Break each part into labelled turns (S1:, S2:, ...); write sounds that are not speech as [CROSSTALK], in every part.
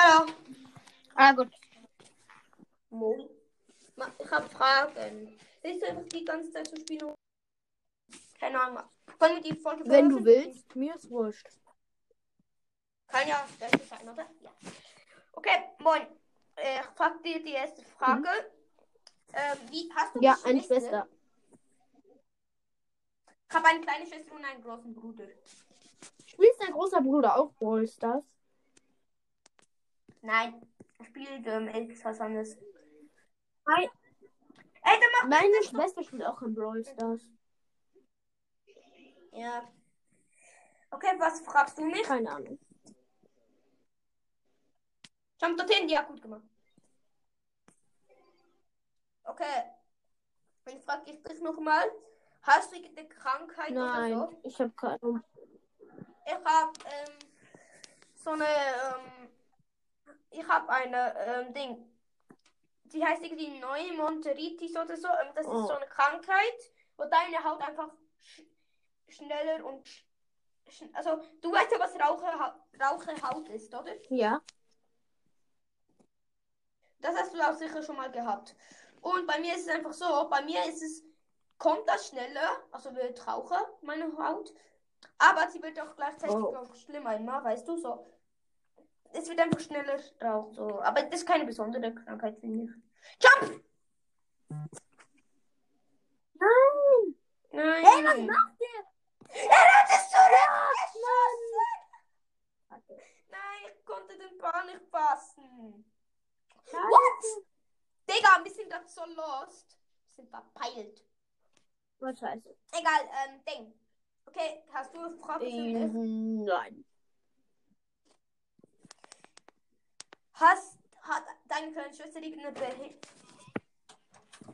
S1: Hallo.
S2: Ah, gut.
S3: Mo. Ma- Ich habe Fragen. Willst du einfach die ganze Zeit so spielen? und- Keine Ahnung. Wollen wir die Folge
S2: Wenn du
S3: veröffentlichen?
S2: willst, Äh, mir ist wurscht.
S3: Kann ja besser sein, oder? Ja. Okay, moin. Äh, Ich frag dir die erste Frage. Ähm, wie, hast du
S2: Mhm. Ja, eine
S3: Geschwister?
S2: Schwester.
S3: Ich habe eine kleine Schwester und einen großen Bruder.
S2: Spielst dein großer Bruder auch Brawl Stars?
S3: Nein, ich spiele ähm, Elix was anderes.
S2: Nein.
S3: Ey, dann mach...
S2: Meine Schwester spielt auch in Brawl Stars.
S3: Ja. Okay, was fragst du mich?
S2: Keine Ahnung.
S3: Jump dorthin, ja, gut gemacht. Okay. Dann frage ich dich nochmal. Hast du irgendeine Krankheit oder
S2: Nein,
S3: so?
S2: ich habe keine Ahnung.
S3: Ich habe ähm, so eine. Ähm, ich habe eine ähm, Ding. Die heißt irgendwie neue Monteritis oder so. Ähm, das
S2: Oh.
S3: ist so eine Krankheit, wo deine Haut einfach sch schneller und. Sch schn- also, du weißt ja, was Raucherha Raucherhaut ist, oder?
S2: Ja.
S3: Das hast du auch sicher schon mal gehabt. Und bei mir ist es einfach so, bei mir ist es, kommt das schneller, also wird raucher, meine Haut, aber sie wird auch gleichzeitig
S2: Oh.
S3: auch schlimmer immer, weißt du, so. Es wird einfach schneller rauch, so. Aber das ist keine besondere Krankheit, finde ich. Jump!
S2: Nein!
S3: Nein!
S2: Hey, was macht
S3: Er hat es zurückgeschossen! Nein, ich konnte den Ball nicht passen. What? Digga, wir sind grad so lost. Wir sind verpeilt.
S2: Was scheiße.
S3: Egal, ähm, Ding. Okay, hast du eine Frage für mich?
S2: Ähm, Nein.
S3: Hast, hat deine kleine Schwester irgendeine Behinderung?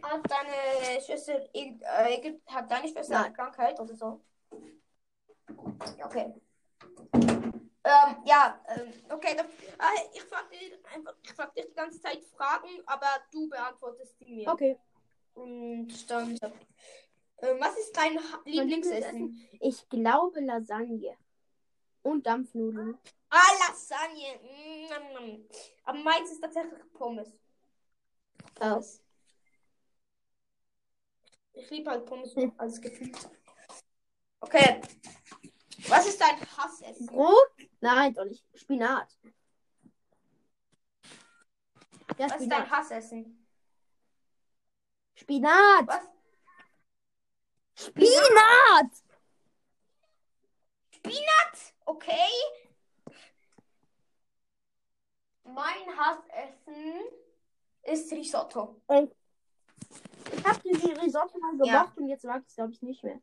S3: Hat deine Schwester irgend- äh, irgend- hat deine Schwester eine Krankheit oder so? Okay. Ähm, ja, ähm, okay, dann, ah, ich frag dir einfach, ich frag dich die ganze Zeit Fragen, aber du beantwortest die mir.
S2: Okay.
S3: Und dann, ja. ähm, was ist dein Ha- Lieblingsessen?
S2: Ich glaube Lasagne. Und Dampfnudeln.
S3: Ah, Lasagne. Mm, nom, nom. Aber meins ist tatsächlich Pommes. Pommes. Ich liebe halt Pommes
S2: Hm.
S3: als Gefühl. Okay. Was ist dein Hassessen?
S2: Brot? Nein, doch nicht. Spinat. Ja,
S3: Was ist dein
S2: Spinat.
S3: Hassessen?
S2: Spinat!
S3: Was?
S2: Spinat!
S3: Okay. Mein Hassessen ist Risotto.
S2: Ich hab diese Risotto mal
S3: Ja.
S2: gemacht und jetzt mag ich es, glaube ich, nicht mehr.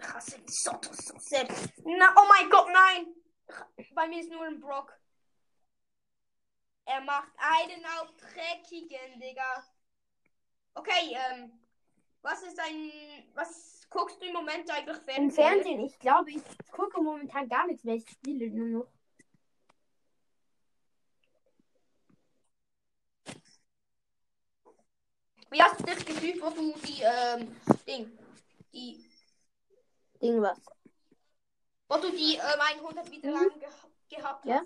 S3: Ich hasse Risotto so sehr. Na, oh mein Gott, nein! Bei mir ist nur ein Brock. Er macht einen auf dreckigen, Digga. Okay, ähm, was ist ein. Was guckst du im Moment eigentlich Fernsehen?
S2: Im Fernsehen, ich glaube, ich gucke momentan gar nichts mehr. Ich spiele nur noch.
S3: Wie hast du dich gefühlt, wo du die, ähm, Ding. Die.
S2: Ding was.
S3: Wo du die, ähm, 100 Wiedergaben geha gehabt hast?
S2: Mhm. Ja.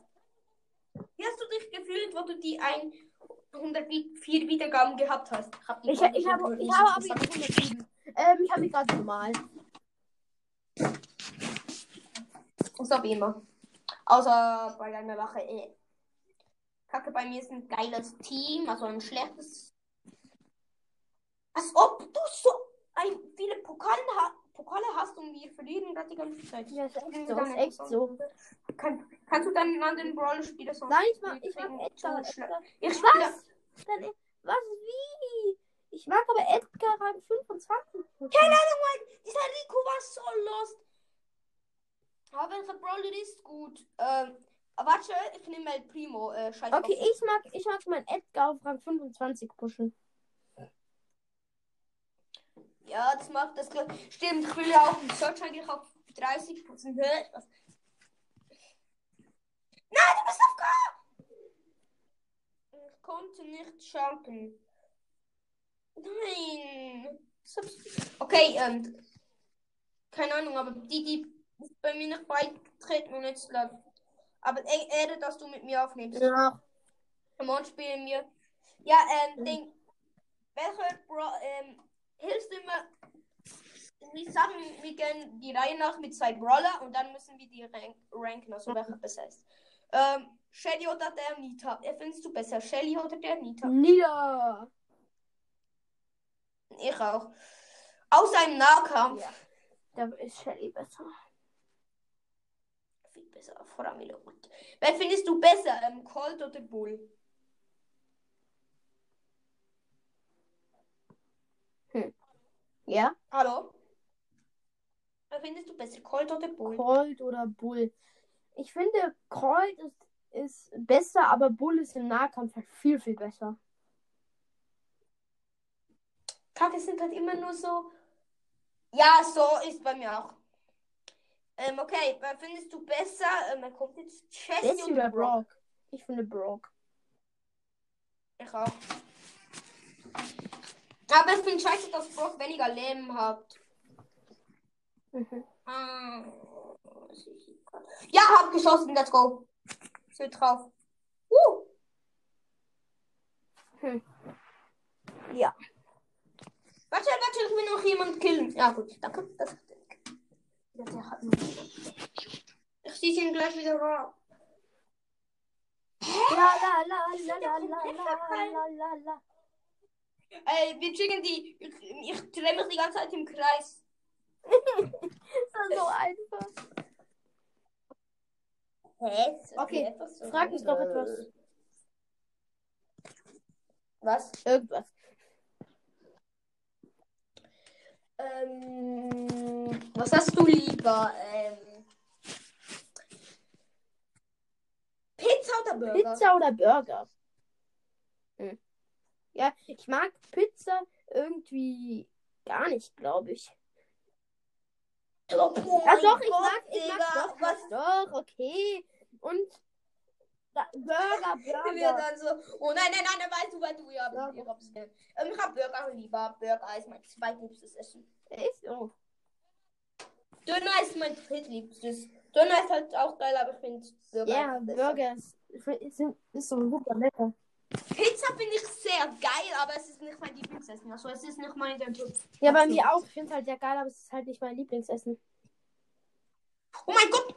S3: Wie hast du dich gefühlt, wo du die 104 Wiedergaben gehabt hast? hab die
S2: Ich,
S3: Folge
S2: ich,
S3: schon
S2: habe,
S3: gehört,
S2: ich
S3: muss
S2: habe aber
S3: sagen.
S2: jetzt 107. Ähm, ich habe mich gerade normal.
S3: So wie immer. Außer bei deiner Wache. Äh. Kacke, bei mir ist ein geiles Team, also ein schlechtes. Als ob du so ein, viele Pokale, ha Pokale hast und wir verlieren gerade die ganze Zeit.
S2: Ja, ist echt so. Ist echt so.
S3: Kann, kannst du dann einen anderen Brawl spielen? Sonst
S2: Nein, ich mag,
S3: wir
S2: ich mag
S3: kriegen so
S2: Edgar.
S3: schle-
S2: Edgar.
S3: Ich spiele.
S2: Was? Dann, was? Wie? Ich mag aber Edgar Rang 25. Keine
S3: Dieser Rico war so lost. Aber der Brawler ist gut. Ähm, warte, ich nehme El Primo. Äh, scheiß
S2: Okay,
S3: drauf.
S2: ich mag, ich mag meinen Edgar auf Rang 25 pushen.
S3: Ja, das macht das Glück. Stimmt, ich will ja auch einen Search eigentlich auf 30 Prozent höher. Was- Nein, du bist auf K! Ich konnte nicht jumpen. Nein. Was hab's- Okay, ähm. Keine Ahnung, aber die, die ist bei mir nicht beigetreten und jetzt läuft. Aber ey, edit, dass du mit mir aufnimmst.
S2: Ja.
S3: Come on, spielen wir. Ja, ähm, Ding. Welche Bro, ähm, hilfst du immer? Wir sagen, wir gehen die Reihe nach mit zwei Brawler und dann müssen wir die rank ranken, also welche besser ist. Ähm, Shelly oder der Nita? Wer findest du besser? Shelly oder der Nita?
S2: Nieder.
S3: Ich auch. Außer im Nahkampf.
S2: Ja. Da ist Shelly besser.
S3: Viel besser. Framil und. Wer findest du besser? Ähm, Colt oder Bull?
S2: Ja?
S3: Hallo? Wer findest du besser? Colt oder Bull?
S2: Colt oder Bull. Ich finde, Colt ist, ist besser, aber Bull ist im Nahkampf halt viel, viel besser.
S3: Kacke sind halt immer nur so. Ja, so ist bei mir auch. Ähm, okay, wer findest du besser? Ähm, er kommt jetzt Chelsea
S2: Jesse
S3: oder
S2: oder
S3: Brock.
S2: Brock? Ich finde Brock.
S3: Ich auch. Aber ich finde scheiße, dass Brock weniger Leben hat.
S2: Mhm.
S3: Ah, Ja, hab geschossen, let's go. Schön drauf. Uh.
S2: Hm.
S3: Ja. Warte, warte, ich will noch jemand killen. Ja, gut, danke. Das ja, der hat mich. Ich schieße ihn gleich wieder raus.
S2: La la la la la la la la la la.
S3: Ey, Äh, wir chicken die. Ich, ich drehe mich die ganze Zeit im Kreis.
S2: Das war so einfach.
S3: Hä?
S2: Okay, frag mich doch
S3: Äh.
S2: etwas.
S3: Was?
S2: Irgendwas.
S3: Ähm, was hast du lieber? Ähm, Pizza oder Burger?
S2: Pizza oder Burger? Hm. Ja, ich mag Pizza irgendwie gar nicht, glaube ich.
S3: Oh
S2: Ja,
S3: mein
S2: doch, ich
S3: Gott,
S2: mag, ich mag
S3: Digga,
S2: doch,
S3: was
S2: was doch, okay. Und da,
S3: [LAUGHS]
S2: Burger,
S3: wir
S2: Burger.
S3: dann so. Oh nein, nein, nein, weißt du, weil du ja.
S2: Ja.
S3: Ich hab's gern. Ähm, ich hab Burger lieber. Burger ist mein zweitliebstes Essen.
S2: Ist so.
S3: Döner ist mein drittliebstes. Döner ist halt auch geil, aber ich finde Burger.
S2: Ja,
S3: einfach besser.
S2: Burger ist, sind- ist so ein guter Lecker.
S3: Pizza finde ich sehr geil, aber es ist nicht mein Lieblingsessen. Also es ist nicht mein Top.
S2: Ja, bei
S3: Absolut.
S2: mir auch. Ich finde es halt sehr geil, aber es ist halt nicht mein Lieblingsessen.
S3: Oh mein Gott!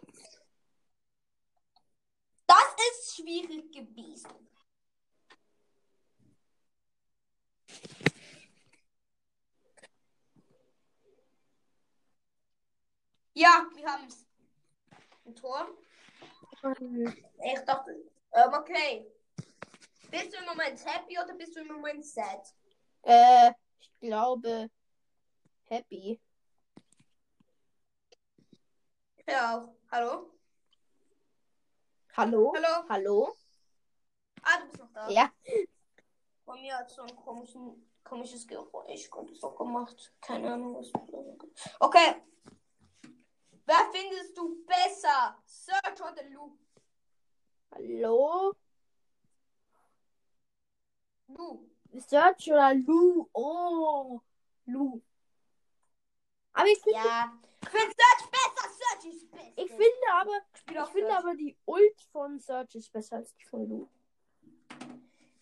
S3: Das ist schwierig gewesen. Ja, wir haben's. Ein Tor. Ich dachte, ähm, okay. Bist du im Moment happy oder bist du im Moment sad?
S2: Äh, ich glaube, Happy.
S3: Ja, auch. Hallo?
S2: Hallo?
S3: Hallo?
S2: Hallo?
S3: Ah, du bist noch da.
S2: Ja.
S3: Bei mir hat so ein komischen, komisches Geräusch und so gemacht. Keine Ahnung, was das Okay. Wer findest du besser? Search oder Lu?
S2: Hallo?
S3: Lu.
S2: Search oder Lou? Oh, Lou. Aber ich finde,
S3: Ja. Ich finde Search besser. Search ist besser.
S2: ich finde aber,
S3: Spiel
S2: ich
S3: auf
S2: finde
S3: Search.
S2: aber die Ult von Search ist besser als die von Lou.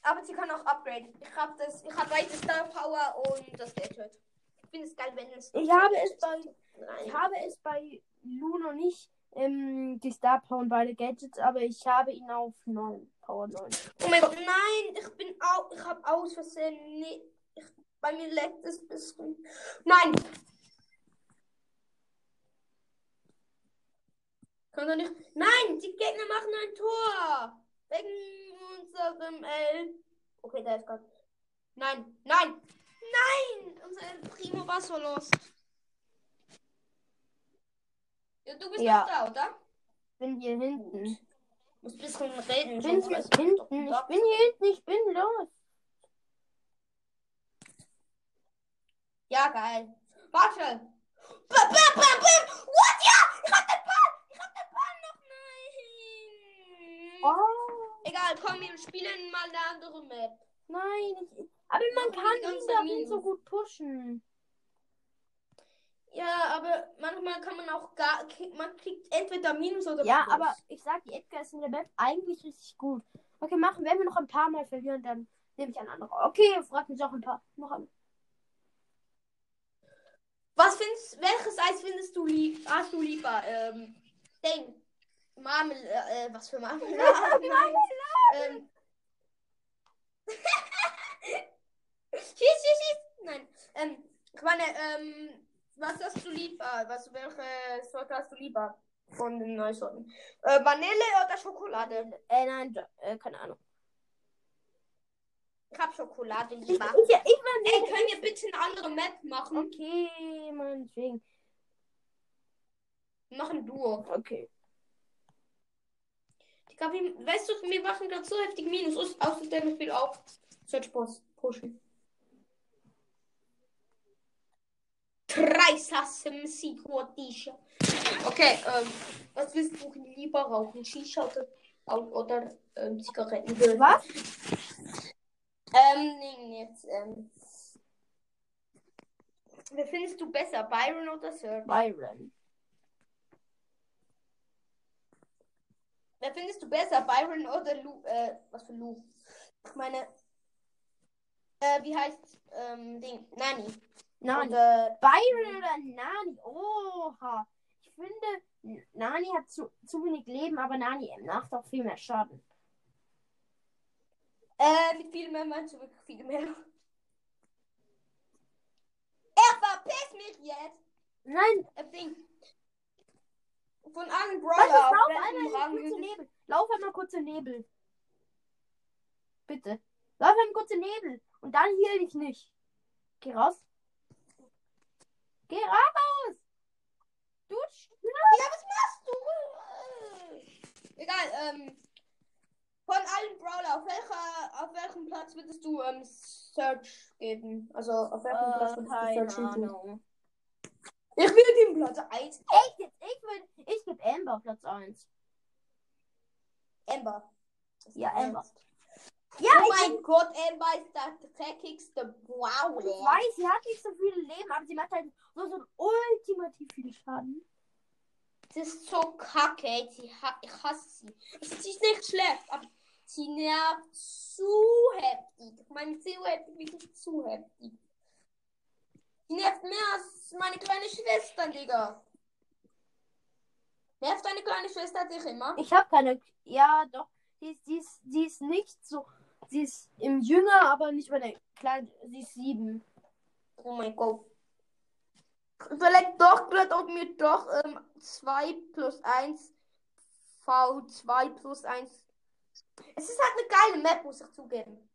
S3: Aber sie kann auch upgraden. Ich habe das, ich habe beide Star Power und das Gadget. Ich finde es geil, wenn es.
S2: Ich habe es bei- Ich
S3: Nein.
S2: habe es bei Lou noch nicht, ähm, die Star Power und beide Gadgets, aber ich habe ihn auf 9, Power 9.
S3: Oh mein Gott, nein, ich bin auch, ich habe aus Versehen, nee, ich, bei mir leckt es ein bisschen. Nein! Kann doch nicht. Nein, die Gegner machen ein Tor! Wegen unserem L. Okay, da ist Gott. Nein, nein, nein! Unser El Primo war so los. Ja, du bist
S2: Ja.
S3: auch da, oder?
S2: bin hier hinten.
S3: Muss ein bisschen reden.
S2: Ich bin
S3: sonst weiß ich
S2: hier
S3: nicht, ob du
S2: hinten.
S3: da
S2: Ich bin hier hinten. Ich bin los.
S3: Ja, geil. Warte. Bam, bam, bam, bam. What? Ja! Ich hab den Ball! Ich hab den Ball noch! Nein!
S2: Oh,
S3: Egal, komm, wir spielen mal eine andere Map.
S2: nein. Ich, aber man kann ihn darin so gut pushen.
S3: Ja, aber manchmal kann man auch gar. krieg- Man kriegt entweder Minus oder
S2: Ja,
S3: Plus.
S2: aber ich sag, die Edgar ist in der Map eigentlich richtig gut. Okay, machen, wenn wir noch ein paar Mal verlieren, dann nehme ich einen anderen. Okay, frag mich auch ein paar. Noch ein.
S3: Was findest, welches Eis findest du lieb, hast du lieber? Ähm, Ding. Marmel, äh, was für
S2: [LAUGHS]
S3: Marmelade? ähm. [LAUGHS] schieß, schieß, schieß. Nein. Ähm, ich meine, ähm, was hast du lieber? Was, welche Sorte hast du lieber? Von den neuen Sorten. Äh, Vanille oder Schokolade?
S2: Äh, nein, da- äh, keine Ahnung.
S3: Ich Hm? hab Schokolade
S2: Ich, ich,
S3: lieber.
S2: ich
S3: Ey, können wir bitte eine andere Map machen?
S2: Okay, meinetwegen.
S3: Wir machen Duo.
S2: Okay.
S3: Digga, wie, weißt du, wir machen gerade so heftig Minus. Aus, aus dem Spiel auf. Search Boss pushen. Dreisassem Sigur-T-Shirt. Okay, ähm, was willst du lieber rauchen? Shisha oder, au- oder ähm, Zigaretten?
S2: Was?
S3: Ähm, nee, jetzt, ähm. Wer findest du besser, Byron oder Sir?
S2: Byron.
S3: Wer findest du besser, Byron oder Lou? Äh, was für Lou? Ich meine, äh, wie heißt, ähm, Ding? Nani. äh,
S2: Nani.
S3: Oder,
S2: Byron oder Nani? Oha. Ich finde, N- Nani hat zu, zu wenig Leben, aber Nani macht auch viel mehr Schaden.
S3: äh, mit viel mehr meinst du wirklich viel mehr. Er verpisst mich jetzt!
S2: Nein,
S3: Äh, Ding. Von allen
S2: warte,
S3: Brawler
S2: lauf
S3: welchem
S2: einmal
S3: Rang
S2: kurz in
S3: würdest-
S2: Nebel. Lauf einmal kurz in Nebel. Bitte. Lauf einmal kurz in Nebel. Und dann heal dich nicht. Geh raus. Geh raus! Du Sch-
S3: Ja, was machst du? Äh, Egal, ähm. Von allen Brawler, auf, welcher, auf welchem Platz würdest du ähm, Search geben? Also, auf welchem Platz würdest
S2: Äh,
S3: du
S2: keine
S3: Search tun?
S2: Ahnung.
S3: Ich will den Platz 1.
S2: Echt jetzt? Ich will. Ich gebe Amber Platz 1.
S3: Amber. Das
S2: Ja,
S3: ist der
S2: Amber.
S3: Ernst.
S2: Ja,
S3: oh
S2: ich,
S3: mein Gott, Amber ist der dreckigste
S2: ich
S3: Brawler.
S2: weiß, sie hat nicht so viele Leben, aber sie macht halt so, so ultimativ viel Schaden.
S3: Das ist so kacke, ey. Sie ha ich hasse sie. Es ist nicht schlecht, aber sie nervt zu heftig. Ich meine, zu heftig, wirklich zu heftig. Sie nervt mehr als meine kleine Schwester, Digga. Nervt deine kleine Schwester dich immer?
S2: Ich habe keine. Ja, doch. Sie ist, sie, ist, sie ist nicht so. Sie ist im Jünger, aber nicht bei der Kleinen. Sie ist sieben.
S3: Oh mein Gott. Ich überleg doch gerade, ob mir doch ähm, 2 plus 1 V2 plus 1. Es ist halt eine geile Map, muss ich zugeben.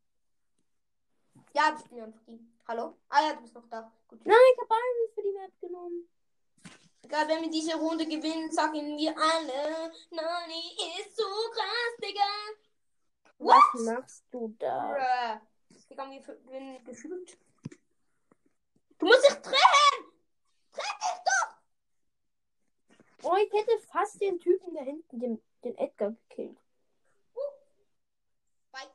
S3: Ja, das bin einfach die. Hallo? Ah ja, du bist noch da. Gut.
S2: Nein, ich habe Byron für die Map genommen.
S3: Egal, wenn wir diese Runde gewinnen, sagen wir alle, Nani ist so krass, Digga.
S2: Was machst du da?
S3: Bruh. Digga, wir gewinnen gefühlt. Du musst dich treffen!
S2: Oh, ich hätte fast den Typen da hinten, den, den Edgar, gekillt.
S3: Bye.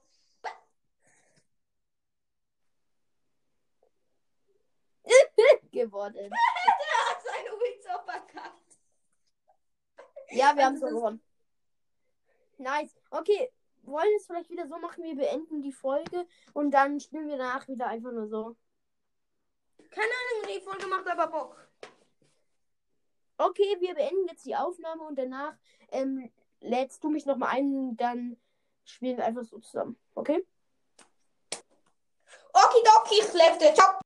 S2: Geworden.
S3: Er hat seine Wings auch verkackt.
S2: Ja, wir haben
S3: Also
S2: so
S3: das-
S2: gewonnen. Nice. Okay, wollen wir es vielleicht wieder so machen? Wir beenden die Folge und dann spielen wir danach wieder einfach nur so.
S3: Nee, voll gemacht, aber Bock.
S2: Okay, wir beenden jetzt die Aufnahme und danach ähm, lädst du mich nochmal ein, dann spielen wir einfach so zusammen. Okay?
S3: Okidoki, ich lebe. Ciao.